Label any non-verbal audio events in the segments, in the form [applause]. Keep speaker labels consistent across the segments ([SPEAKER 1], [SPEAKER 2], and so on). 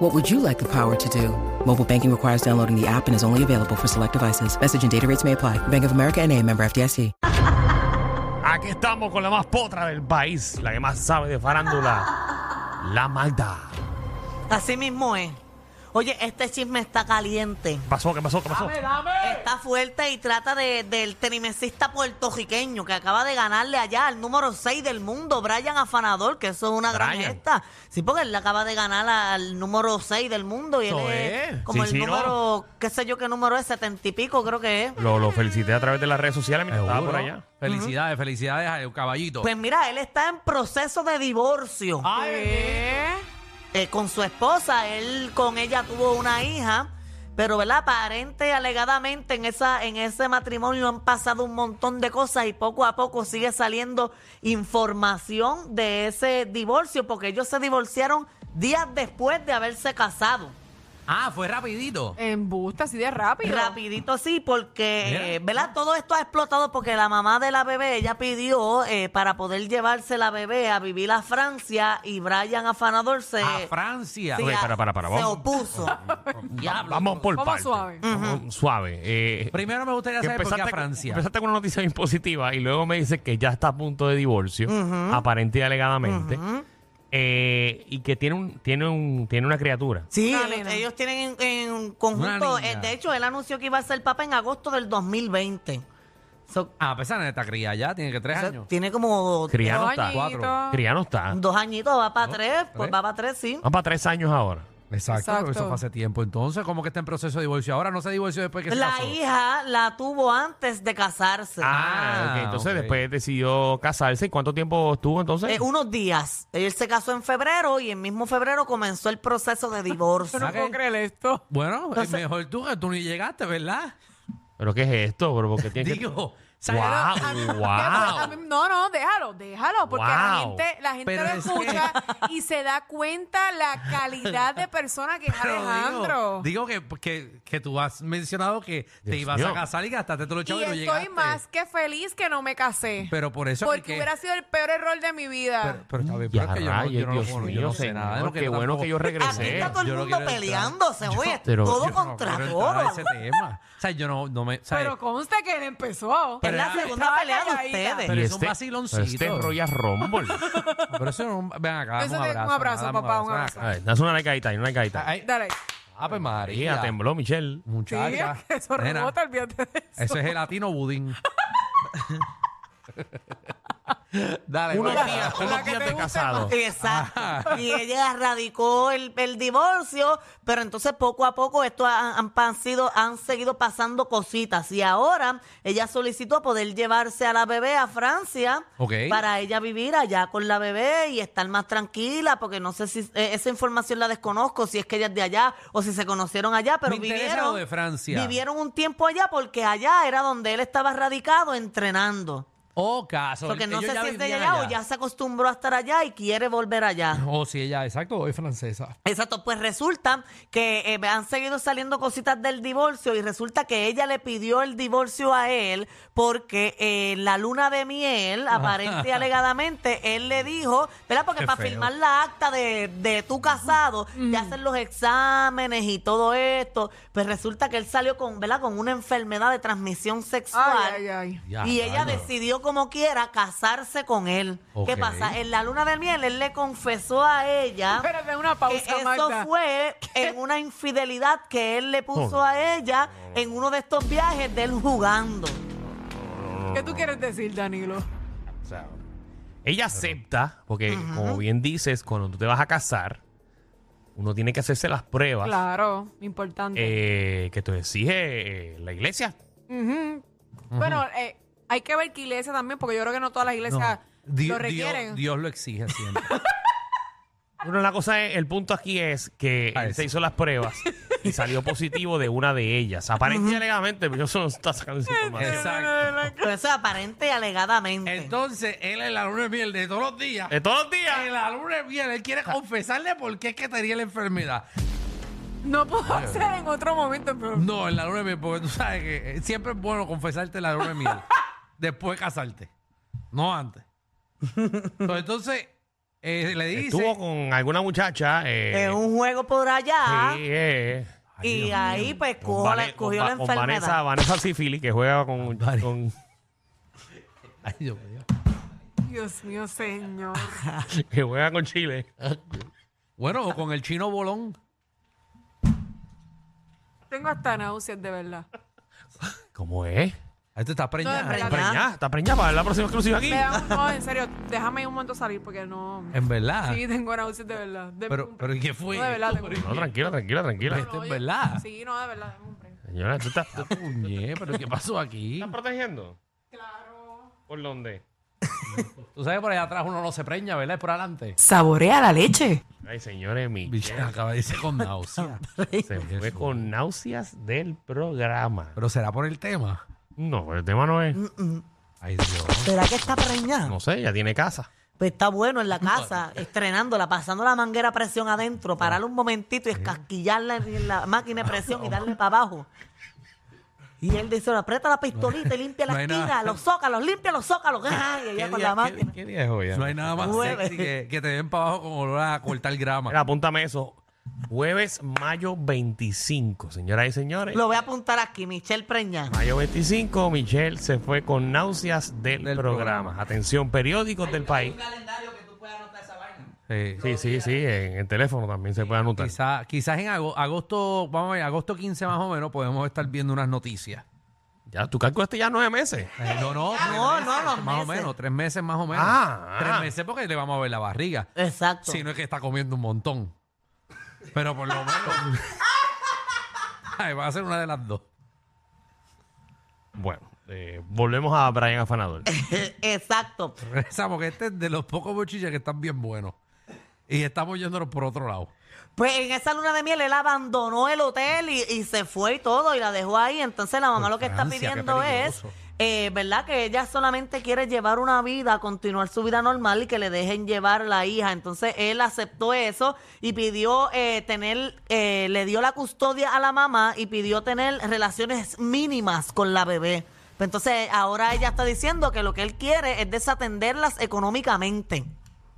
[SPEAKER 1] What would you like the power to do? Mobile banking requires downloading the app and is only available for select devices. Message and data rates may apply. Bank of America and a member FDIC.
[SPEAKER 2] Aquí estamos con la más potra del país, la que más sabe de farándula, la Magda.
[SPEAKER 3] Así mismo es. Oye, este chisme está caliente.
[SPEAKER 2] ¿Qué pasó? ¿Qué pasó? ¿Qué pasó?
[SPEAKER 3] Está fuerte y trata de- del tenimesista puertorriqueño que acaba de ganarle allá al número 6 del mundo, Brian Afanador, que eso es una gran
[SPEAKER 2] Brian.
[SPEAKER 3] gesta. Sí, porque él le acaba de ganar al número 6 del mundo y él
[SPEAKER 2] Eso
[SPEAKER 3] es,
[SPEAKER 2] es.
[SPEAKER 3] como
[SPEAKER 2] Sí,
[SPEAKER 3] el
[SPEAKER 2] sí, ¿no?
[SPEAKER 3] número, qué sé yo qué número es, setenta y pico creo que es.
[SPEAKER 2] Lo, lo felicité a través de las redes sociales mientras
[SPEAKER 4] Seguro.
[SPEAKER 2] estaba por allá.
[SPEAKER 4] Felicidades, felicidades al caballito.
[SPEAKER 3] Pues mira, él está en proceso de divorcio. eh, con su esposa. Él con ella tuvo una hija. Pero, ¿verdad? Aparente, alegadamente, en, esa, en ese matrimonio han pasado un montón de cosas y poco a poco sigue saliendo información de ese divorcio, porque ellos se divorciaron días después de haberse casado.
[SPEAKER 4] Ah, fue rapidito.
[SPEAKER 5] este, Embuste así de rápido.
[SPEAKER 3] Rapidito sí,
[SPEAKER 4] Mira.
[SPEAKER 3] porque, eh, ¿verdad? Todo esto ha explotado porque la mamá de la bebé, ella pidió eh, para poder llevarse la bebé a vivir a Francia y Brian Afanador se...
[SPEAKER 4] a Francia.
[SPEAKER 3] se
[SPEAKER 2] Oye, para, para, para,
[SPEAKER 3] se
[SPEAKER 2] vamos.
[SPEAKER 3] opuso.
[SPEAKER 4] Diablo.
[SPEAKER 2] Vamos por
[SPEAKER 5] Vamos
[SPEAKER 2] partes.
[SPEAKER 5] suave.
[SPEAKER 2] Vamos suave. Eh,
[SPEAKER 4] Primero me gustaría
[SPEAKER 2] que
[SPEAKER 4] saber por qué a
[SPEAKER 2] empezaste,
[SPEAKER 4] Francia.
[SPEAKER 2] empezaste con una noticia bien positiva y luego me dices que ya está a punto de divorcio, aparente y alegadamente, eh, y que tiene un, tiene un, tiene una criatura.
[SPEAKER 3] Sí,
[SPEAKER 5] Una
[SPEAKER 3] ellos,
[SPEAKER 5] nena.
[SPEAKER 3] ellos tienen en, en conjunto.
[SPEAKER 4] Una niña.
[SPEAKER 3] eh, de hecho, él anunció que iba a ser papa en agosto del 2020. So,
[SPEAKER 4] Ah, a pesar de esta cría ya, tiene que tres
[SPEAKER 3] o sea,
[SPEAKER 4] años.
[SPEAKER 3] tiene como
[SPEAKER 2] Cría no
[SPEAKER 5] Dos
[SPEAKER 2] está.
[SPEAKER 5] añitos.
[SPEAKER 2] Cuatro. Cría no está.
[SPEAKER 3] dos añitos, va para tres, pues
[SPEAKER 4] Oh, tres.
[SPEAKER 3] va para tres, sí.
[SPEAKER 2] Van para tres años ahora.
[SPEAKER 4] Exacto,
[SPEAKER 5] Exacto.
[SPEAKER 4] pero eso fue hace tiempo. Entonces, ¿cómo que está en proceso de divorcio? Ahora no se divorció después que se
[SPEAKER 3] La
[SPEAKER 4] casó.
[SPEAKER 3] hija la tuvo antes de casarse.
[SPEAKER 2] Ah,
[SPEAKER 4] Ah,
[SPEAKER 2] ok. Entonces
[SPEAKER 4] ok.
[SPEAKER 2] después decidió casarse. ¿Y cuánto tiempo estuvo entonces?
[SPEAKER 3] Eh, unos días. Él se casó en febrero y en mismo febrero comenzó el proceso de
[SPEAKER 5] Yo
[SPEAKER 3] divorcio.
[SPEAKER 5] no puedo creer esto.
[SPEAKER 4] Bueno,
[SPEAKER 3] Entonces-
[SPEAKER 4] es mejor tú que tú ni llegaste, ¿verdad?
[SPEAKER 2] ¿Pero qué es esto? ¿Pero por qué tiene que-
[SPEAKER 4] [laughs] Digo,
[SPEAKER 2] Guau,
[SPEAKER 4] ¿sabes?
[SPEAKER 5] A mí-
[SPEAKER 2] guau.
[SPEAKER 5] No, no, déjalo, déjalo, porque la
[SPEAKER 2] Wow.
[SPEAKER 5] gente, la gente
[SPEAKER 4] Pero
[SPEAKER 5] lo
[SPEAKER 4] es que-
[SPEAKER 5] escucha y se da cuenta la calidad de persona que es
[SPEAKER 4] [laughs] Pero digo-
[SPEAKER 5] Alejandro.
[SPEAKER 4] Digo, que, que, que tú has mencionado que te
[SPEAKER 2] Dios
[SPEAKER 4] ibas
[SPEAKER 2] mío.
[SPEAKER 4] a casar y gastaste todos los chavos
[SPEAKER 5] y
[SPEAKER 4] y no
[SPEAKER 5] estoy
[SPEAKER 4] llegaste.
[SPEAKER 5] más que feliz que no me casé.
[SPEAKER 4] Pero por eso
[SPEAKER 5] porque
[SPEAKER 4] que-
[SPEAKER 5] hubiera sido el peor error de mi vida.
[SPEAKER 4] Pero, pero está bien,
[SPEAKER 2] Ya
[SPEAKER 4] pero es que yo no,
[SPEAKER 2] rayos,
[SPEAKER 4] yo no, lo
[SPEAKER 2] Dios
[SPEAKER 4] conozco, yo
[SPEAKER 2] mío,
[SPEAKER 4] no sé
[SPEAKER 2] señor,
[SPEAKER 4] nada de lo que
[SPEAKER 2] qué
[SPEAKER 4] yo
[SPEAKER 2] bueno
[SPEAKER 4] tampoco-
[SPEAKER 2] que yo regresé.
[SPEAKER 3] Aquí está todo el
[SPEAKER 4] Yo no
[SPEAKER 3] mundo
[SPEAKER 4] quiero entrar.
[SPEAKER 3] peleándose,
[SPEAKER 4] Yo-
[SPEAKER 3] oye,
[SPEAKER 2] pero-
[SPEAKER 3] todo
[SPEAKER 2] yo
[SPEAKER 4] Yo no
[SPEAKER 3] contra
[SPEAKER 4] quiero
[SPEAKER 3] todo.
[SPEAKER 4] entrar a ese tema. O sea, yo no, no me. o sea, eh,
[SPEAKER 5] Pero consta que él empezó.
[SPEAKER 3] Es la
[SPEAKER 4] Pero-
[SPEAKER 3] segunda pelea de
[SPEAKER 5] Estaba calladita.
[SPEAKER 3] ustedes.
[SPEAKER 4] Pero
[SPEAKER 2] Y
[SPEAKER 4] es un
[SPEAKER 2] este-
[SPEAKER 4] vaciloncito.
[SPEAKER 2] Este Royal
[SPEAKER 4] [laughs]
[SPEAKER 2] Rumble.
[SPEAKER 4] pero eso no. Ven acá, dame
[SPEAKER 5] Eso
[SPEAKER 4] un
[SPEAKER 5] de-
[SPEAKER 4] abrazo.
[SPEAKER 5] un abrazo,
[SPEAKER 4] dame
[SPEAKER 5] papá, un
[SPEAKER 4] ven
[SPEAKER 5] abrazo.
[SPEAKER 4] acá.
[SPEAKER 2] A ver, haz una nalgadita ahí, una nalgadita.
[SPEAKER 4] Ay,
[SPEAKER 5] Dale.
[SPEAKER 4] Ave María.
[SPEAKER 2] María, tembló Michelle.
[SPEAKER 5] Sí,
[SPEAKER 4] Muchacha.
[SPEAKER 5] que eso
[SPEAKER 4] nena,
[SPEAKER 5] rebota, olvídate de eso.
[SPEAKER 4] Eso es gelatino budín. Dale,
[SPEAKER 2] Unos
[SPEAKER 4] vaya.
[SPEAKER 2] días, unos días de casado.
[SPEAKER 3] [laughs]
[SPEAKER 4] Ah. [laughs]
[SPEAKER 3] Exacto. Y ella radicó el, el divorcio, pero entonces poco a poco esto ha- han, han sido, han seguido pasando cositas. Y ahora ella solicitó poder llevarse a la bebé a Francia
[SPEAKER 4] Ok.
[SPEAKER 3] para ella vivir allá con la bebé y estar más tranquila, porque no sé si eh, esa información la desconozco, si es que ella es de allá o si se conocieron allá, pero
[SPEAKER 4] Me interesa
[SPEAKER 3] vivieron,
[SPEAKER 4] lo de Francia.
[SPEAKER 3] vivieron un tiempo allá porque allá era donde él estaba radicado entrenando.
[SPEAKER 4] Oh, caso.
[SPEAKER 3] Porque no
[SPEAKER 4] ellos
[SPEAKER 3] sé
[SPEAKER 4] ya
[SPEAKER 3] si es de
[SPEAKER 4] vivían
[SPEAKER 3] allá, o ya se acostumbró a estar allá y quiere volver allá.
[SPEAKER 4] Oh, sí, ella, exacto, es francesa.
[SPEAKER 3] Exacto, pues resulta que eh, han seguido saliendo cositas del divorcio y resulta que ella le pidió el divorcio a él porque eh, la luna de
[SPEAKER 4] [laughs]
[SPEAKER 3] miel, aparente y alegadamente, él le dijo, ¿verdad? Porque
[SPEAKER 4] Qué
[SPEAKER 3] para
[SPEAKER 4] feo.
[SPEAKER 3] firmar la acta de, de tu casado, te hacen los exámenes y todo esto, pues resulta que él salió con, ¿verdad? Con una enfermedad de transmisión sexual.
[SPEAKER 5] Ay, ay, ay.
[SPEAKER 4] Ya,
[SPEAKER 3] y ella
[SPEAKER 4] rayos.
[SPEAKER 3] decidió como quiera casarse con él.
[SPEAKER 4] Ok.
[SPEAKER 3] ¿Qué pasa? En la luna de miel él le confesó a
[SPEAKER 4] Ah.
[SPEAKER 3] ella
[SPEAKER 5] Espérate, una
[SPEAKER 3] que
[SPEAKER 4] Eh,
[SPEAKER 5] pausa,
[SPEAKER 3] eso
[SPEAKER 5] Magda.
[SPEAKER 3] fue en una infidelidad que él le puso
[SPEAKER 2] Oh.
[SPEAKER 3] a ella en uno de estos viajes de él jugando.
[SPEAKER 5] ¿Qué tú quieres decir, Danilo?
[SPEAKER 2] O sea, ella acepta, porque como bien dices, cuando tú te vas a casar, uno tiene que hacerse las pruebas
[SPEAKER 5] Claro, importante.
[SPEAKER 2] eh, que te exige eh, la iglesia.
[SPEAKER 5] Ujú. Bueno, eh, hay que ver qué iglesia también, porque yo creo que no todas las iglesias
[SPEAKER 4] No, Dios-
[SPEAKER 5] lo requieren.
[SPEAKER 4] Dios, Dios lo exige
[SPEAKER 5] [laughs]
[SPEAKER 4] siempre.
[SPEAKER 2] Bueno, la cosa es, el punto aquí es que
[SPEAKER 4] Ah,
[SPEAKER 2] él se
[SPEAKER 4] eso.
[SPEAKER 2] hizo las pruebas y salió positivo de una de ellas. Aparentemente, alegadamente, pero eso no está sacando esa información.
[SPEAKER 4] Exacto.
[SPEAKER 3] Pero eso es aparente y alegadamente.
[SPEAKER 4] Entonces, él en la luna de miel de todos los días.
[SPEAKER 2] De todos los días.
[SPEAKER 4] En la luna de miel, él quiere confesarle por qué es que tenía la enfermedad.
[SPEAKER 5] No puedo hacer en otro momento, pero.
[SPEAKER 4] No, en la luna de miel, porque tú sabes que eh, siempre es bueno confesarte en la luna de
[SPEAKER 5] [laughs]
[SPEAKER 4] miel. después de casarte. No antes. Pero entonces, eh, le dice.
[SPEAKER 2] Estuvo con alguna muchacha. eh,
[SPEAKER 3] en un juego por allá.
[SPEAKER 2] Sí, eh,
[SPEAKER 3] y ahí, pues,
[SPEAKER 2] con
[SPEAKER 3] cojo la-
[SPEAKER 2] Vane-
[SPEAKER 3] cogió
[SPEAKER 2] con
[SPEAKER 3] la
[SPEAKER 2] Va- con
[SPEAKER 3] enfermedad.
[SPEAKER 2] Vanessa, Vanessa Sifili, que juega con.
[SPEAKER 4] Vane.
[SPEAKER 2] con-
[SPEAKER 4] Ay, Dios mío.
[SPEAKER 5] Dios mío, señor.
[SPEAKER 2] que juega con Chile.
[SPEAKER 4] Bueno, o con el chino bolón.
[SPEAKER 5] Tengo hasta náuseas, de verdad.
[SPEAKER 2] ¿Cómo es?
[SPEAKER 4] Ahí te estás preñada.
[SPEAKER 5] No, en
[SPEAKER 2] Está preñada, está preñada para la próxima exclusiva aquí.
[SPEAKER 5] Me da un- No, en serio, déjame un momento salir porque no.
[SPEAKER 4] En verdad.
[SPEAKER 5] Sí, tengo náuseas, de verdad. De-
[SPEAKER 4] Pero, pero ¿y ¿qué fue?
[SPEAKER 5] No, de verdad,
[SPEAKER 4] esto?
[SPEAKER 5] te-
[SPEAKER 4] Pero,
[SPEAKER 2] No, tranquila, tranquila, tranquila.
[SPEAKER 4] esto es
[SPEAKER 5] oye,
[SPEAKER 4] verdad.
[SPEAKER 5] Sí, no, de verdad. dame un break.
[SPEAKER 2] Señora, tú estás. tú- ¿Estás
[SPEAKER 4] Puñe, pero ¿qué pasó aquí?
[SPEAKER 2] protegiendo?
[SPEAKER 5] Claro.
[SPEAKER 2] ¿Por dónde?
[SPEAKER 4] Tú sabes que por allá atrás uno no se preña, ¿verdad? Es por adelante.
[SPEAKER 5] Saborea la leche.
[SPEAKER 2] Ay, señores, mi.
[SPEAKER 4] Bicha, acaba de irse con náusea.
[SPEAKER 2] Se fue con náuseas del programa.
[SPEAKER 4] [laughs] Pero será por el tema.
[SPEAKER 2] No, pero el tema no
[SPEAKER 3] Mm.
[SPEAKER 2] es.
[SPEAKER 4] Ay, Dios.
[SPEAKER 3] ¿Será que está preñada?
[SPEAKER 2] No sé, ya tiene casa.
[SPEAKER 3] Pues está bueno en la casa, estrenándola, pasando la manguera a presión adentro, pararle un momentito y escasquillarla en la máquina de presión y darle para abajo. Y él dice, aprieta la pistolita y limpia la
[SPEAKER 4] [laughs] No hay
[SPEAKER 3] esquina,
[SPEAKER 4] nada.
[SPEAKER 3] los zócalos, limpia los zócalos. Ay, y ella con la máquina.
[SPEAKER 2] ¿Qué día es hoy?
[SPEAKER 4] No hay nada más
[SPEAKER 3] Nueve.
[SPEAKER 4] sexy que, que te den para abajo con olor a cortar
[SPEAKER 2] Mira,
[SPEAKER 4] grama.
[SPEAKER 2] apúntame eso. Jueves, mayo 25, señoras y señores.
[SPEAKER 3] Lo voy a apuntar aquí, Michelle Preña.
[SPEAKER 2] Mayo 25, Michelle se fue con náuseas del,
[SPEAKER 4] Del
[SPEAKER 2] programa. Atención, periódicos del país.
[SPEAKER 4] Sí.
[SPEAKER 2] Sí, sí, sí, en el teléfono también se puede anotar.
[SPEAKER 4] Quizá- quizás en ago- agosto, vamos a ver, agosto 15 más o menos, podemos estar viendo unas noticias.
[SPEAKER 2] Ya, tú calculaste ya nueve meses.
[SPEAKER 4] Eh, no, no, tres
[SPEAKER 3] Ah, No,
[SPEAKER 4] meses,
[SPEAKER 3] no, los
[SPEAKER 4] más o
[SPEAKER 3] meses.
[SPEAKER 4] menos, tres meses más o menos.
[SPEAKER 2] Ah,
[SPEAKER 4] tres
[SPEAKER 2] ah.
[SPEAKER 4] meses porque le vamos a ver la barriga.
[SPEAKER 3] Exacto.
[SPEAKER 4] Si no es que está comiendo un montón. Pero por lo menos. Ay, va a ser una de las dos.
[SPEAKER 2] Bueno, eh, volvemos a Brian Afanador.
[SPEAKER 3] Exacto.
[SPEAKER 4] Regresamos, que este es de los pocos bochillas que están bien buenos. Y estamos yéndonos por otro lado.
[SPEAKER 3] Pues en esa luna de miel él abandonó el hotel y, y se fue y todo y la dejó ahí. Entonces la mamá
[SPEAKER 4] Por
[SPEAKER 3] lo que
[SPEAKER 4] Francia,
[SPEAKER 3] está
[SPEAKER 4] qué
[SPEAKER 3] pidiendo es,
[SPEAKER 4] peligroso.
[SPEAKER 3] eh, ¿verdad? Que ella solamente quiere llevar una vida, continuar su vida normal y que le dejen llevar la hija. Entonces él aceptó eso y pidió eh, tener, eh, le dio la custodia a la mamá y pidió tener relaciones mínimas con la bebé. Pero Entonces ahora ella está diciendo que lo que él quiere es desatenderlas económicamente.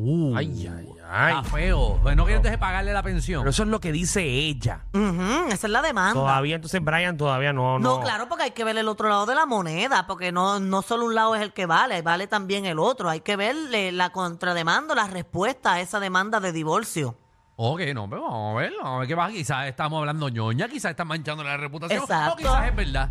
[SPEAKER 4] Uh,
[SPEAKER 2] Ay, ay, ay.
[SPEAKER 4] Está feo. Pues no quieres dejar pagarle la pensión.
[SPEAKER 2] Ah, Pero eso es lo que dice ella.
[SPEAKER 3] Ujú, esa es la demanda.
[SPEAKER 2] Todavía, entonces Brian todavía no. No,
[SPEAKER 3] No, claro, porque hay que ver el otro lado de la moneda, porque no, no solo un lado es el que vale, vale también el otro. Hay que ver eh, la contrademanda, la respuesta a esa demanda de divorcio.
[SPEAKER 4] Ok, no, pero vamos a verlo. Vamos a ver qué pasa. Quizás estamos hablando ñoña, quizás están manchando la reputación.
[SPEAKER 3] Exacto.
[SPEAKER 4] O quizás es verdad.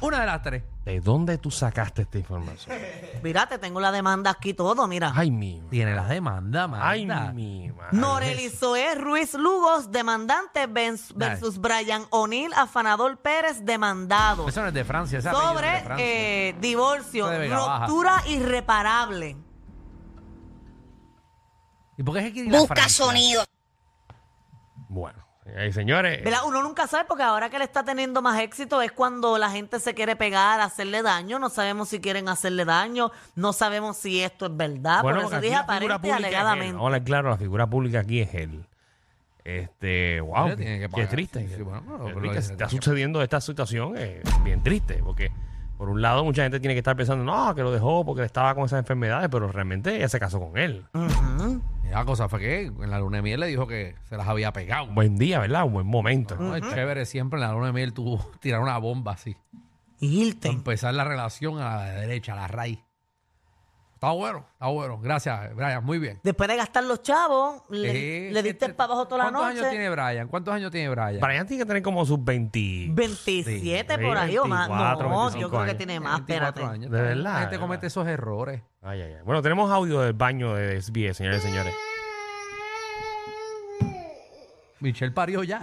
[SPEAKER 4] Una de las tres.
[SPEAKER 2] ¿De dónde tú sacaste esta información?
[SPEAKER 3] Mira, te tengo la demanda aquí todo, mira.
[SPEAKER 2] Ay, mi. ma-
[SPEAKER 4] Tiene las demandas, Magda.
[SPEAKER 2] Ay, mi. ma-
[SPEAKER 3] Noreli Zoé Ruiz Lugos, demandante vens-
[SPEAKER 4] Dale.
[SPEAKER 3] versus Brian O'Neill, afanador Pérez, demandado.
[SPEAKER 4] Eso no es de Francia, esa
[SPEAKER 3] Sobre
[SPEAKER 4] de Francia.
[SPEAKER 3] eh, divorcio,
[SPEAKER 4] Eso de Vega Baja.
[SPEAKER 3] ruptura irreparable.
[SPEAKER 4] ¿Y por qué es que quiere ir a
[SPEAKER 6] Busca
[SPEAKER 4] Francia?
[SPEAKER 6] sonido.
[SPEAKER 2] Bueno, eh, señores. eh,
[SPEAKER 3] ¿Verdad? Uno nunca sabe porque ahora que le está teniendo más éxito es cuando la gente se quiere pegar, hacerle daño. No sabemos si quieren hacerle daño, no sabemos si esto es verdad. Por Ah, eso
[SPEAKER 2] porque
[SPEAKER 3] dije
[SPEAKER 2] aquí la figura
[SPEAKER 3] aparente y
[SPEAKER 2] pública es él.
[SPEAKER 3] alegadamente.
[SPEAKER 2] Ahora, claro, la figura pública aquí es él. Este, wow,
[SPEAKER 4] Pero tiene que
[SPEAKER 2] qué
[SPEAKER 4] pagar.
[SPEAKER 2] triste.
[SPEAKER 4] Sí, sí, bueno, pero-
[SPEAKER 2] Qué
[SPEAKER 4] pero-
[SPEAKER 2] triste. está sucediendo esta situación, es bien triste, porque por un lado mucha gente tiene que estar pensando, no, que lo dejó porque estaba con esas enfermedades, pero realmente ella se casó con él.
[SPEAKER 3] Mm.
[SPEAKER 4] Y La cosa fue que en la luna de miel le dijo que se las había pegado.
[SPEAKER 2] Un buen día, ¿verdad? Un buen momento.
[SPEAKER 3] Mm.
[SPEAKER 4] No, es chévere siempre en la luna de miel tú [laughs] tirar una bomba así.
[SPEAKER 3] Hilton.
[SPEAKER 4] Empezar la relación a la derecha, a la raíz. Está bueno, está bueno. Gracias, Brian. Muy bien.
[SPEAKER 3] Después de gastar los chavos, le,
[SPEAKER 4] Eh,
[SPEAKER 3] le diste
[SPEAKER 4] este-
[SPEAKER 3] para abajo toda la
[SPEAKER 4] ¿Cuántos años
[SPEAKER 3] noche.
[SPEAKER 4] tiene Brian? ¿Cuántos años tiene Brian?
[SPEAKER 2] Brian tiene que tener como sus 20...
[SPEAKER 3] 27
[SPEAKER 2] Sí,
[SPEAKER 3] por ahí o más.
[SPEAKER 2] 24,
[SPEAKER 3] No, yo
[SPEAKER 2] 25
[SPEAKER 3] creo que
[SPEAKER 2] años.
[SPEAKER 3] tiene más.
[SPEAKER 4] 24
[SPEAKER 3] Espérate.
[SPEAKER 4] años.
[SPEAKER 2] De verdad,
[SPEAKER 4] La
[SPEAKER 2] de
[SPEAKER 4] gente comete
[SPEAKER 2] verdad.
[SPEAKER 4] esos errores.
[SPEAKER 2] Ay, ay, ay. Bueno, tenemos audio del baño de SBS, señores y señores.
[SPEAKER 4] Michelle parió ya.